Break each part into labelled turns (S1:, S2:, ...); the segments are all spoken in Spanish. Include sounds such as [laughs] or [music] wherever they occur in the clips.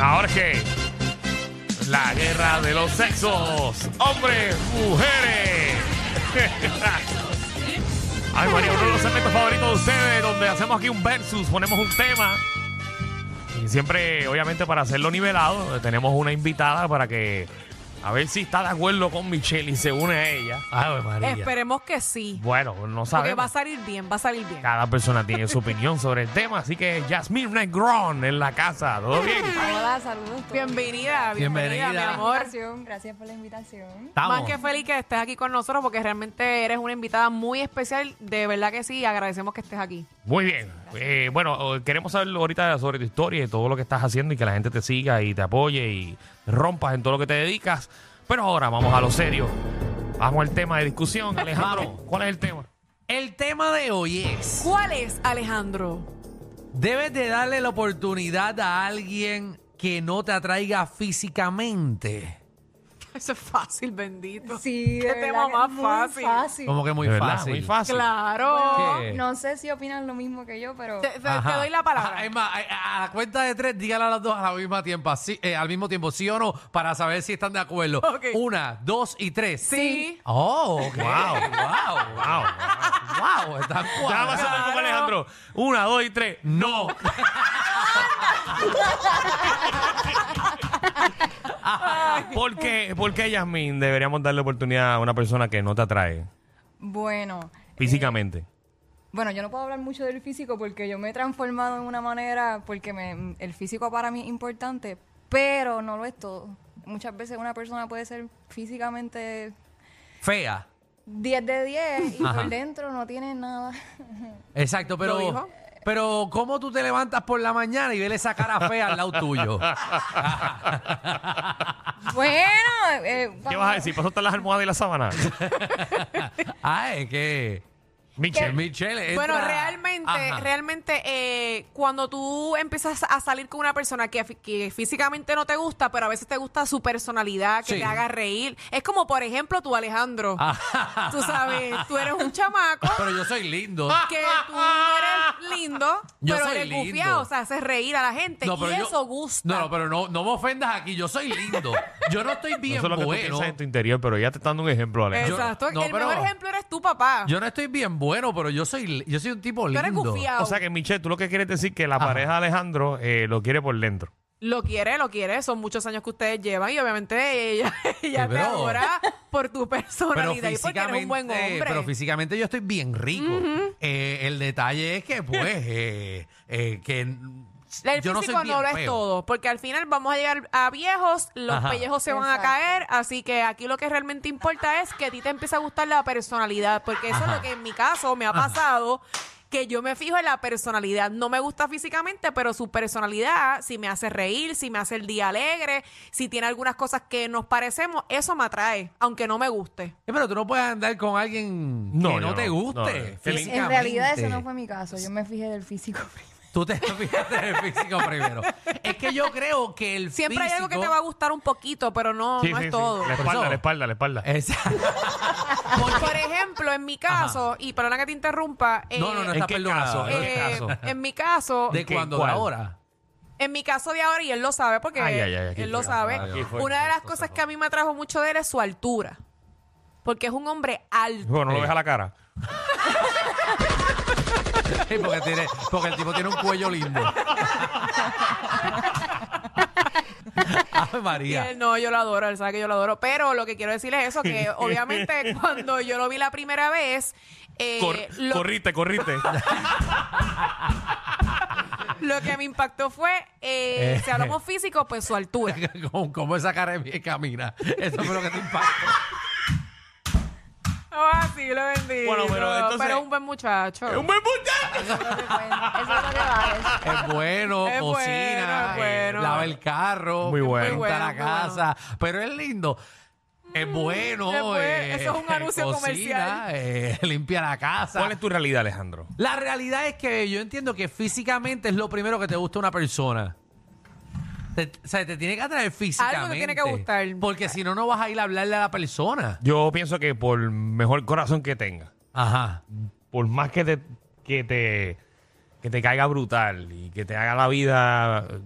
S1: Ahora es que Ah, la guerra de los sexos, hombres, mujeres. Ay, María, uno de los segmentos favoritos de ustedes, donde hacemos aquí un versus, ponemos un tema. Y siempre, obviamente, para hacerlo nivelado, tenemos una invitada para que a ver si está de acuerdo con Michelle y se une a ella. Ay, María.
S2: Esperemos que sí.
S1: Bueno, no
S2: Porque va a
S1: sabemos.
S2: salir bien, va a salir bien.
S1: Cada persona tiene su opinión sobre el tema, así que Jasmine Negrón en la casa, ¿todo bien?
S3: Hola, saludos. todos.
S2: Bienvenida, bienvenida, mi
S4: Bienvenida.
S3: Gracias por
S2: amor.
S3: la invitación, Gracias por la invitación.
S4: Estamos.
S2: Más que feliz que estés aquí con nosotros porque realmente eres una invitada muy especial. De verdad que sí, agradecemos que estés aquí.
S1: Muy bien. Eh, bueno, eh, queremos saber ahorita sobre tu historia y todo lo que estás haciendo y que la gente te siga y te apoye y rompas en todo lo que te dedicas. Pero ahora vamos a lo serio. Vamos al tema de discusión. [laughs] Alejandro, ¿cuál es el tema?
S4: El tema de hoy es,
S2: ¿Cuál es, Alejandro? [laughs]
S4: debes de darle la oportunidad a alguien que no te atraiga físicamente.
S2: Eso es fácil, bendito.
S3: Sí, de
S2: Qué
S3: verdad
S2: este tema
S3: que
S2: más
S3: es muy
S2: fácil.
S4: Como que muy
S1: De verdad,
S4: fácil.
S1: Muy fácil.
S2: Claro.
S4: ¿Qué?
S3: No sé si opinan lo mismo que yo, pero
S2: Te, te- te
S4: Ajá.
S2: doy la palabra.
S4: Ajá, Es más, a, a la cuenta de tres, díganle a las dos a la misma tiempo, así, eh, al mismo tiempo, sí o no, para saber si están de acuerdo.
S2: Ok.
S4: Una, dos y tres.
S2: Sí.
S4: Oh, ok.
S1: Wow.
S4: wow, wow,
S1: Wow.
S4: wow. Están
S1: [laughs] Ya vamos a
S4: cuadradas.
S1: hablar con Alejandro. Una, dos y tres.
S4: No.
S1: [laughs] ¿Por qué, ¿Por qué, Yasmín, deberíamos darle oportunidad a una persona que no te atrae
S3: bueno.
S1: físicamente?
S3: Bueno, yo no puedo hablar mucho del físico porque yo me he transformado en una manera, porque me- el físico para mí es importante, pero no lo es todo. Muchas veces una persona puede ser físicamente
S4: Fea.
S3: 10 de 10 y
S4: Ajá.
S3: por dentro no
S1: [laughs]
S3: tiene nada.
S4: Exacto,
S2: ¿Lo
S4: pero,
S2: dijo?
S4: pero ¿cómo tú te levantas por la mañana y ves esa cara fea al
S2: [laughs]
S4: lado tuyo?
S3: bueno, eh,
S1: ¿Qué
S3: vamos-
S1: vas a decir? ¿Pasó hasta las almohadas y la sábana?
S4: Ay, Ah, que
S1: Michelle.
S4: Michelle. entra-
S2: Bueno, realmente,
S4: Ajá.
S2: realmente, eh, cuando tú empiezas a salir con una persona que, fi- que físicamente no te gusta, pero a veces te gusta su personalidad, que
S4: Sí.
S2: te haga reír. Es como, por ejemplo, tú, Alejandro. Tú sabes, tú eres un chamaco
S4: Ah. [laughs] Pero yo soy lindo.
S2: que tú no eres lindo,
S4: Yo
S2: pero
S4: soy
S2: eres
S4: lindo.
S2: gufiado, o sea, haces reír a la gente.
S4: No,
S2: y
S4: pero yo-
S2: eso gusta.
S4: No, no, pero no, no me ofendas aquí. Yo soy lindo. Yo no estoy bien
S1: Eso es lo que tú
S4: bueno.
S1: piensas en tu interior, pero ya te está dando un ejemplo, Alejandro.
S2: Exacto.
S4: no,
S2: El
S4: pero-
S2: mejor ejemplo eres tú, papá.
S4: Yo no estoy bien bueno, pero yo soy, li- yo soy un tipo
S2: tú eres
S4: lindo.
S2: gufiado.
S1: O sea que, Michelle, tú lo que quieres decir que la
S4: Ajá.
S1: pareja de Alejandro eh, lo quiere por dentro.
S2: Lo quiere, lo quiere. Son muchos años que ustedes llevan y obviamente ella, [laughs] ella te
S4: pero-
S2: adora por
S4: [laughs]
S2: tu personalidad y porque eres un buen hombre.
S4: pero físicamente yo estoy bien rico. Eh, el detalle es
S2: [laughs]
S4: que, pues, eh, eh, que n-
S2: el
S4: yo no soy
S2: físico no,
S4: bien
S2: lo es
S4: feo.
S2: todo, porque al final vamos a llegar a viejos, los
S4: Ajá.
S2: pellejos se van a
S3: Exacto.
S2: caer, así que aquí lo que realmente importa es que a ti te empiece a gustar la personalidad, porque eso es lo que en mi caso me ha pasado, que yo me fijo en la personalidad. No me gusta físicamente, pero su personalidad, si me hace reír, si me hace el día alegre, si tiene algunas cosas que nos parecemos, eso me atrae, aunque no me guste.
S4: Eh, pero tú no puedes andar con alguien
S1: No, yo
S4: que no te
S1: no. No, no.
S4: guste.
S1: En
S3: En realidad ese
S4: físicamente.
S3: no fue mi caso, yo me fijé del físico [laughs] primero.
S4: Tú te [laughs] fijaste en el físico primero. Es que yo creo que el
S2: Siempre hay algo que
S4: físico-
S2: te va a gustar un poquito, pero no,
S1: Sí,
S2: no
S1: sí,
S2: es
S1: sí.
S4: [laughs]
S2: todo.
S1: La
S4: Por
S1: espalda,
S4: eso-
S1: la espalda, la espalda.
S4: Exacto.
S2: Por ejemplo, en mi caso, y perdona que te interrumpa, eh,
S4: No, no, no
S1: ¿En
S4: está
S1: qué
S4: perdonado.
S1: caso?
S4: ¿En qué
S2: eh,
S4: caso?
S2: en mi caso,
S4: ¿De
S1: qué?
S4: cuándo? ¿De
S1: ¿Cuál?
S4: ahora?
S2: en mi caso de ahora, y él lo sabe porque
S1: Ay, ay, ay, aquí
S2: él lo
S1: fue.
S2: sabe,
S1: Aquí fue.
S2: una de las
S4: Esto se
S2: cosas
S4: fue.
S2: que a mí me atrajo mucho de él es su altura. Porque es un hombre alto.
S1: Bueno, no lo ves a la cara.
S4: Sí, porque, tiene- porque el tipo tiene un cuello lindo.
S2: [laughs]
S4: Ave
S2: Y
S4: María.
S2: él, no, yo lo adoro, él sabe que yo lo adoro. Pero lo que quiero decir es
S1: [laughs]
S2: eso, que obviamente cuando yo lo vi la primera vez, eh,
S1: Cor-
S2: lo-
S1: Corriste,
S2: [laughs]
S1: corriste.
S2: lo que me impactó fue, eh, si hablamos físico, pues
S1: [laughs]
S2: su altura.
S4: ¿Cómo, cómo esa cara de pie camina? Eso fue lo que te impactó.
S2: Ah, sí, lo bendito.
S1: Bueno, pero entonces-
S2: Pero es un buen muchacho.
S1: ¡Es un buen muchacho!
S3: Eso es lo que cuenta, eso es lo que vale.
S4: Es bueno,
S2: Es bueno,
S4: cocina,
S2: es
S4: eh,
S2: bueno.
S4: lava el carro,
S1: Muy bueno.
S4: pinta
S2: Muy bueno,
S4: la
S2: muy bueno.
S4: casa, pero es lindo. Es bueno. eh,
S2: es bueno. Eso es un anuncio
S4: cocina,
S2: comercial.
S4: eh, [laughs] limpia la casa.
S1: ¿Cuál es tu realidad, Alejandro?
S4: La realidad es que yo entiendo que físicamente es lo primero que te gusta una persona. Te- o sea, te tiene que atraer físicamente.
S2: Algo te tiene que gustar.
S4: Porque si no, no vas a ir a hablarle a la persona.
S1: Yo pienso que por mejor corazón que tenga,
S4: Ajá.
S1: por más que te, que te, que te caiga brutal y que te haga la vida eh,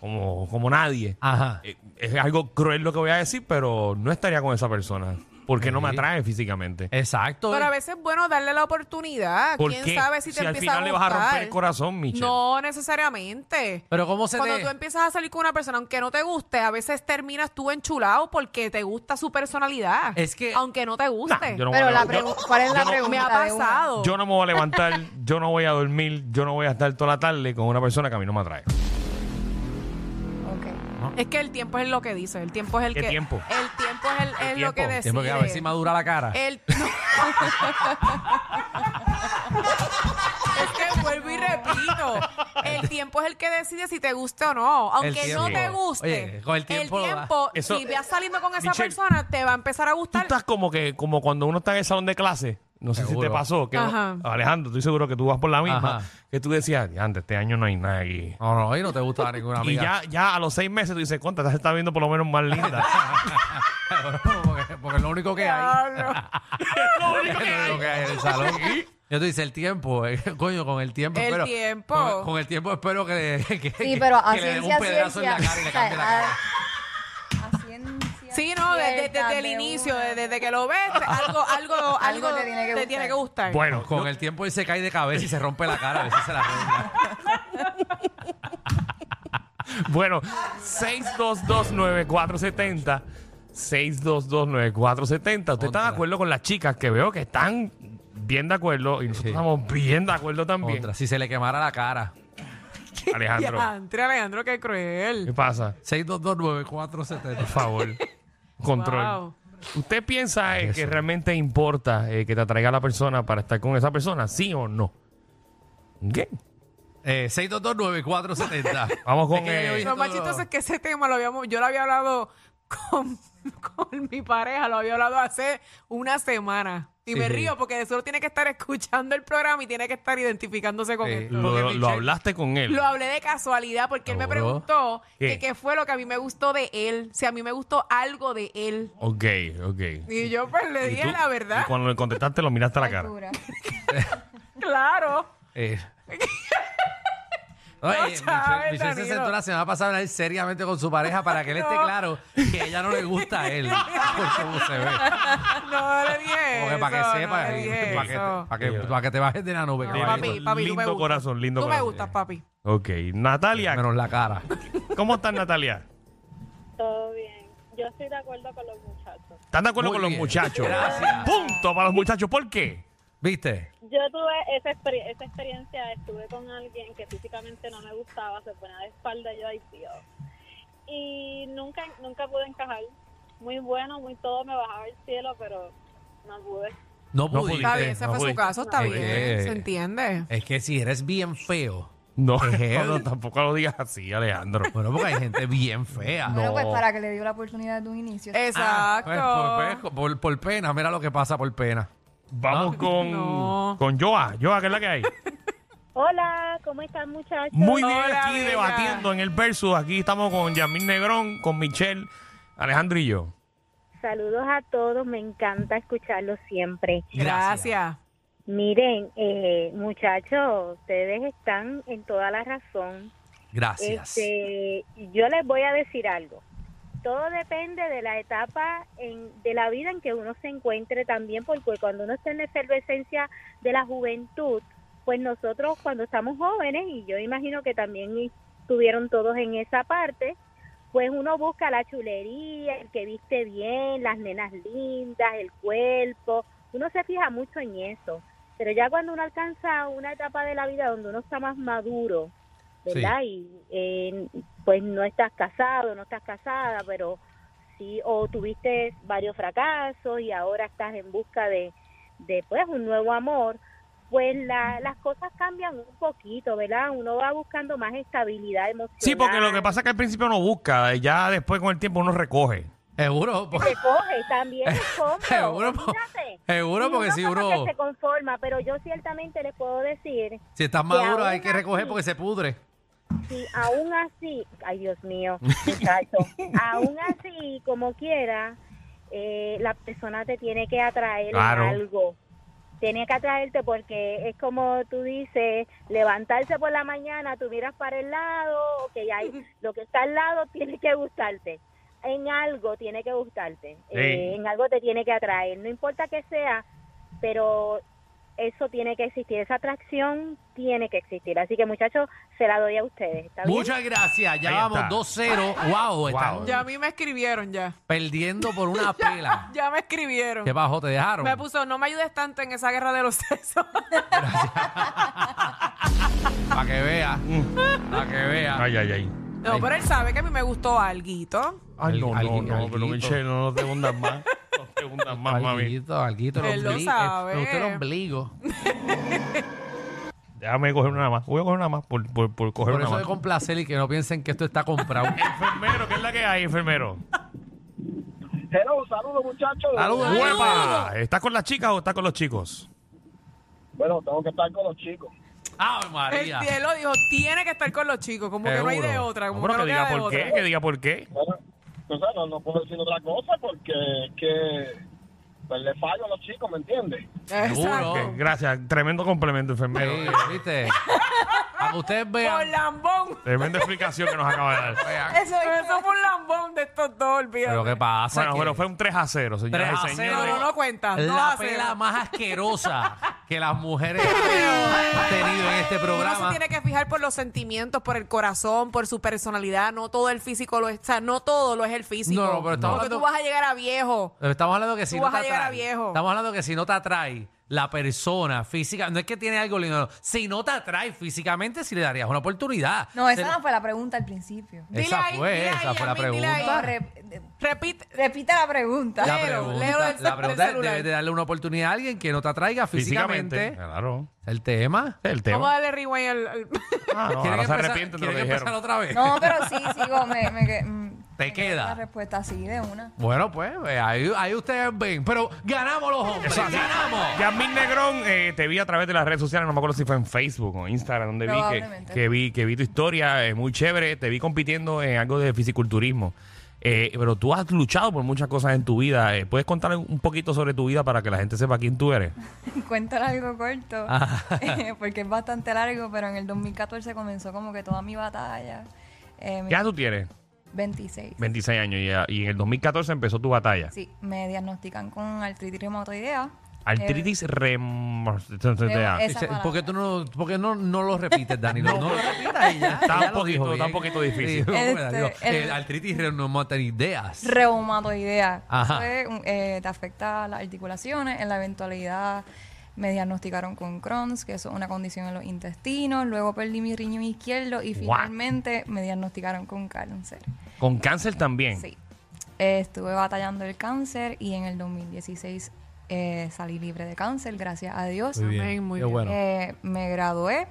S1: como, como nadie,
S4: Ajá.
S1: eh, es algo cruel lo que voy a decir, pero no estaría con esa persona porque no me atrae físicamente.
S4: Eh, Exacto.
S2: Pero a veces es bueno darle la oportunidad.
S1: ¿Por
S2: ¿Quién
S1: qué?
S2: sabe si te
S1: al
S2: empieza
S1: final
S2: a
S1: le vas a romper el
S2: gustar?
S1: corazón, Michelle.
S2: No necesariamente.
S4: Pero ¿cómo se
S2: Cuando
S4: te-
S2: tú empiezas a salir con una persona, aunque no te guste, a veces terminas tú enchulado porque te gusta su personalidad.
S4: Es que-
S2: Aunque no te guste.
S1: Nah, yo no voy
S3: Pero
S1: a-
S3: la
S1: yo-
S3: pregunta, ¿cuál es la pregunta?
S2: me ha
S3: de uno?
S4: oh.
S2: pasado.
S1: Yo no me voy a
S4: [laughs]
S1: levantar, yo no voy a dormir, yo no voy a estar toda la tarde con una persona que a mí no me atrae.
S3: Ok.
S2: Es que el tiempo es lo que dice. El tiempo es el
S1: ¿Qué
S2: que.
S1: tiempo?
S2: El tiempo es, el- es lo que
S1: tiempo?
S2: decide.
S4: Tiempo que a ver si madura la cara.
S2: El- no. es que vuelvo y repito. El tiempo es el que decide si te gusta o no. Aunque no
S4: tiempo.
S2: te guste.
S4: Oye, con el tiempo lo da.
S2: tiempo,
S1: Eso-
S2: si vas saliendo con esa
S1: Michelle,
S2: persona, te va a empezar a
S1: Tú
S2: gustar.
S1: estás como que, como cuando uno está en el salón de clase. No sé si
S4: Seguro.
S1: te pasó. Que
S2: Ajá.
S1: Alejandro, estoy seguro que tú vas por la misma.
S4: Ajá.
S1: Que tú decías, antes este año no hay nada aquí.
S4: No, no, y no te
S2: [laughs]
S4: gusta ninguna
S1: Y
S4: amiga.
S1: ya, ya a los seis meses tú dices, conta, te está viendo por lo menos más linda.
S4: [laughs] [laughs]
S1: [laughs]
S4: porque, porque es lo único que hay.
S1: [laughs]
S2: Diablo.
S4: Es lo único que hay en el salón. Yo te dice el tiempo, eh, [laughs] coño, con el tiempo.
S2: El
S4: espero-
S2: tiempo.
S4: Con, con el tiempo espero que, [laughs] que,
S3: Sí,
S4: que-
S3: pero a
S4: que le den un
S3: ciencia
S4: pedazo en la cara y le
S3: ciencia,
S4: cambie la
S3: o sea, ah.
S4: cara.
S3: a- a ciencia
S2: Sí, no, desde, desde,
S3: cierta
S2: el
S3: de
S2: inicio,
S3: una.
S2: desde, que lo ves, te- algo, algo, algo,
S3: te tiene que gustar.
S2: gustar.
S1: bueno,
S4: Con el tiempo él se cae de cabeza y se rompe la cara, a veces se la arregla.
S1: bueno, 6229470. 6229470. ¿Usted está de
S4: Contra.
S1: acuerdo con las chicas que veo que están bien de acuerdo y nosotros
S4: Sí.
S1: estamos [laughs] bien de acuerdo también?
S4: Contra, si se le quemara la cara.
S1: [laughs] Alejandro,
S2: Diantre, Alejandro, qué cruel.
S1: ¿qué pasa?
S4: 6229470.
S1: Por favor, control.
S2: Wow.
S1: ¿Usted piensa eh,
S4: Eso.
S1: que realmente importa eh, que te atraiga la persona para estar con esa persona? ¿Sí o no? ¿Qué?
S4: Eh, 6229470.
S1: [laughs] Vamos con,
S4: Es que
S1: eh,
S4: yo dije
S2: Lo más
S4: todo-
S2: chistoso es que ese tema lo habíamos, yo lo había hablado [laughs] con, con mi pareja, lo había hablado hace una semana. Y
S4: Sí,
S2: me
S4: sí.
S2: río porque de seguro tiene que estar escuchando el programa y tiene que estar identificándose con
S4: Sí.
S2: esto.
S1: Lo,
S4: Porque
S1: lo
S4: Michelle-
S1: hablaste con él.
S2: Lo hablé de casualidad porque él me
S4: Seguro.
S2: preguntó
S1: ¿Qué?
S2: que qué fue lo que a mí me gustó de él, si a mí me gustó algo de él.
S1: Ok, ok.
S2: Y yo pues le
S1: Y
S2: dije
S1: tú-
S2: la verdad.
S1: y cuando le contestaste, lo miraste a la cara.
S3: Altura.
S2: Claro. [laughs]
S3: [laughs]
S4: Eh. Oye,
S2: No,
S4: Michelle,
S2: Chávez,
S4: Michelle se
S2: Danilo.
S4: sentó la semana pasada a hablar seriamente con su pareja para que él esté
S2: No.
S4: claro que ella no le gusta a
S3: [laughs]
S4: él por cómo se ve.
S2: No le dije.
S4: Como que para
S2: eso,
S4: que sepa,
S2: no le
S4: y-
S2: dije
S4: para, que,
S2: eso.
S4: para, que, para que te bajes de la nube,
S1: Papi,
S4: caballito.
S2: Papi, papi, tú
S1: Lindo
S2: me gustas.
S1: corazón, lindo
S2: Tú me
S1: corazón.
S2: gustas, papi.
S1: Ok, Natalia.
S4: Menos la cara.
S1: ¿Cómo estás, Natalia?
S5: Todo bien. Yo estoy de acuerdo con los muchachos.
S1: ¿Estás de acuerdo
S4: Muy
S1: con los
S4: bien.
S1: muchachos?
S4: Gracias.
S1: Punto para los muchachos. ¿Por qué?
S4: ¿Viste?
S5: Yo tuve esa, exper- esa experiencia, estuve con alguien que físicamente no me gustaba, se ponía de espalda y yo, ay Dios. Y nunca, nunca pude encajar. Muy bueno, muy todo, me bajaba al cielo, pero no pude.
S4: No
S1: No
S4: pudiste.
S2: Está bien, ese
S1: no
S2: fue
S1: voy.
S2: su caso, está
S4: Eh,
S2: bien.
S4: eh.
S2: Se entiende.
S4: Es que si eres bien feo.
S1: No,
S4: Ejé.
S1: no, tampoco lo digas así, Alejandro.
S4: Bueno, porque hay gente bien fea.
S3: Bueno, pues para que le dio la oportunidad de un inicio.
S2: Eh,
S4: Ah,
S2: Exacto.
S4: pues, por, pues, por- por pena, mira lo que pasa por pena.
S1: Vamos con,
S2: No.
S1: con Joa. Joa, ¿qué es la que hay?
S5: Hola, ¿cómo están muchachos?
S1: Muy bien,
S2: Hola,
S1: aquí
S2: amiga.
S1: debatiendo en el versus. Aquí estamos con Yamil Negrón, con Michelle, Alejandro y yo.
S5: Saludos a todos, me encanta escucharlos siempre.
S4: pues,
S2: Gracias.
S5: Miren, eh, muchachos, ustedes están en toda la razón.
S4: Gracias.
S5: Este, yo les voy a decir algo. Todo depende de la etapa en- de la vida en que uno se encuentre también, porque cuando uno está en la efervescencia de la juventud, pues nosotros cuando estamos jóvenes, y yo imagino que también estuvieron todos en esa parte, pues uno busca la chulería, el que viste bien, las nenas lindas, el cuerpo, uno se fija mucho en eso. Pero ya cuando uno alcanza una etapa de la vida donde uno está más maduro, ¿verdad? Y eh, pues no estás casado, no estás casada, pero así, o tuviste varios fracasos y ahora estás en busca de, de pues, un nuevo amor, pues la- las cosas cambian un poquito, ¿verdad? Uno va buscando más estabilidad emocional.
S1: Sí, porque lo que pasa es que al principio uno busca, y ya después con el tiempo uno recoge.
S4: Seguro.
S5: este,
S4: porque-
S5: Recoge también es cómodo,
S4: [laughs] Seguro, po-
S5: olvídate.
S4: seguro,
S5: Y
S4: porque si
S5: como
S4: uno-
S5: que se conforma, pero yo ciertamente les puedo decir
S4: Si estás
S5: aún
S4: maduro hay que
S5: así-
S4: recoger porque se pudre.
S5: Sí, aún así, ay Dios mío,
S1: [laughs]
S5: muchacho, aún así, como quiera, eh, la persona te tiene que atraer en
S1: Claro.
S5: algo. Tiene que atraerte porque es como tú dices, levantarse por la mañana, tú miras para el lado, ok, hay,
S1: [laughs]
S5: lo que está al lado tiene que gustarte. En algo tiene que gustarte.
S1: Sí.
S5: eh, en algo te tiene que atraer. No importa que sea, pero eso tiene que existir, esa atracción tiene que existir. Así que muchachos, se la doy a ustedes. ¿está bien?
S4: Muchas gracias. Ya
S1: Ahí
S4: vamos
S1: está.
S4: 2-0. Wow, están
S1: Wow.
S2: Ya a mí me escribieron ya.
S4: perdiendo por una pela.
S2: [laughs] Ya me escribieron.
S4: ¿Qué bajo te dejaron?
S2: Me puso, no me ayudes tanto en esa guerra de los sexos. [laughs]
S4: Para que vea.
S1: Mm.
S4: Para que vea.
S1: Ay, ay, ay.
S2: No, pero él sabe que a mí me gustó alguito.
S1: Ay, no, no,
S4: Alguito,
S1: no, pero
S4: alguito.
S1: Michelle, no, no te hundas más. No te hundas
S4: [laughs]
S1: más, mami.
S4: Alguito, alguito, el
S2: Él lo
S4: ombligo.
S2: sabe.
S4: Me gustó el ombligo.
S1: Déjame coger una más. Voy a coger una más por, por, por coger
S4: Por
S1: una
S4: eso de
S1: más.
S4: complacer y que no piensen que esto
S1: [laughs]
S4: está comprado.
S1: Enfermero, ¿qué es la que hay, enfermero?
S6: Hello, saludos muchachos.
S4: Saludos.
S1: ¡Huepa! ¿Estás con las chicas o estás con los chicos?
S6: Bueno, tengo que estar con los chicos.
S4: ¡Ave María!
S2: El cielo dijo, tiene que estar con los chicos, como que no hay de
S4: Seguro.
S2: otra. Como
S1: Bueno,
S2: que
S1: que
S2: no queda
S1: diga
S2: de
S1: por qué,
S2: otra.
S1: que diga por qué.
S6: Bueno, tú sabes, no, no puedo decir otra cosa porque es que pues, le fallo a los chicos, ¿me entiendes?
S2: [laughs] Exacto.
S4: Seguro.
S1: Ok, gracias. Tremendo complemento, enfermero.
S2: [laughs]
S4: Sí, ¿Viste? Para que ustedes
S2: Por
S4: vean.
S2: lambón. [laughs]
S1: Tremenda explicación que nos acaba de
S4: [laughs]
S1: dar. Ah,
S3: Eso es-
S2: Eso fue un lambón de estos dos, olvídate.
S4: Pero qué pasa.
S1: Bueno,
S4: que
S1: bueno, fue un 3 a 0, señores
S4: 3 a
S1: y
S4: 0.
S2: No,
S1: señores.
S2: no, no cuenta. No
S4: la
S2: hace.
S4: pela
S2: [laughs]
S4: más asquerosa que las mujeres han tenido en este
S2: Uno se
S4: programa.
S2: tiene que fijar por los sentimientos, por el corazón, por su personalidad. No todo el físico lo es. O sea, no todo lo es el físico.
S4: No, no, pero estamos
S2: Porque tú
S4: hablando-
S2: vas a llegar a viejo.
S4: Pero Estamos hablando que si
S2: Tú
S4: no
S2: vas
S4: te
S2: a llegar a
S4: atrae.
S2: viejo.
S4: Estamos hablando que si no te atrae la persona física, no es que tiene algo lindo, no. si no te atrae físicamente, si le darías una oportunidad.
S3: No,
S4: Se-
S3: esa no fue la pregunta al principio.
S2: Dile
S4: Esa
S2: ahí,
S4: fue,
S2: dile
S4: esa
S2: ahí,
S4: fue la
S2: Yasmín, dile ahí.
S4: pregunta.
S3: No, re-
S2: Repite.
S3: repita la pregunta.
S4: La
S2: Léelo,
S4: pregunta,
S2: léelo del-
S4: la pregunta
S2: del
S4: es,
S2: celular.
S4: debes de darle una oportunidad a alguien que no te atraiga físicamente.
S1: Físicamente. Claro.
S4: El tema.
S1: El
S2: Vamos a
S1: tema.
S2: darle rewind al. al- [laughs]
S1: Ah, no,
S4: ¿Quieren
S1: ahora se
S4: empezar-
S1: arrepienten de lo
S4: quieren
S1: que
S4: empezar
S1: dijeron.
S4: otra vez?
S3: No, pero sí, sigo, me, me, que- mm,
S4: Te
S3: me queda
S4: queda.
S3: La respuesta así de una. [laughs]
S4: Bueno, pues eh, ahí, ahí ustedes ven. Pero ganamos los hombres.
S1: Eso así.
S4: Ganamos.
S1: Yasmín Negrón, eh, te vi a través de las redes sociales, no me acuerdo si fue en Facebook o Instagram, donde vi que,
S3: Probablemente.
S1: que vi que vi tu historia, eh, muy chévere, te vi compitiendo en algo de fisiculturismo. Eh, pero tú has luchado por muchas cosas en tu vida. eh, ¿Puedes contar un poquito sobre tu vida para que la gente sepa quién tú eres?
S3: Cuento algo corto, Eh, porque es bastante largo, pero en el 2014 comenzó como que toda mi batalla. Eh, mi-
S1: ¿Qué edad tú tienes?
S3: 26.
S1: 26 años y, ah, y en el 2014 empezó tu batalla.
S3: Sí, me diagnostican con artritis reumatoidea.
S1: Artritis remo-
S3: Eh, es-
S4: Ese-
S3: palabra.
S4: ¿Por qué tú no, por qué no, no lo repites, Dani?
S1: [laughs]
S4: No, no lo repitas y ya.
S1: Está
S4: Ya
S1: un
S4: lo
S1: poquito-
S4: dijo
S1: está un
S4: bien.
S1: poquito difícil.
S4: Sí, [laughs]
S3: Este,
S4: bueno, digo,
S3: el-
S4: eh, artritis reumatoideas.
S3: Reumatoidea.
S4: Ajá.
S3: Eso es, un- eh, te afecta las articulaciones. En la eventualidad me diagnosticaron con Crohn's, que eso es una condición en los intestinos. Luego perdí mi riñón izquierdo y
S1: Guau.
S3: finalmente me diagnosticaron con cáncer.
S1: Con cáncer también.
S3: Sí. Eh, estuve batallando el cáncer y en el 2016 eh, salí libre de cáncer, gracias a Dios.
S4: Muy bien.
S2: Amén, muy
S4: Qué
S2: bien.
S4: bueno.
S3: Eh, me gradué,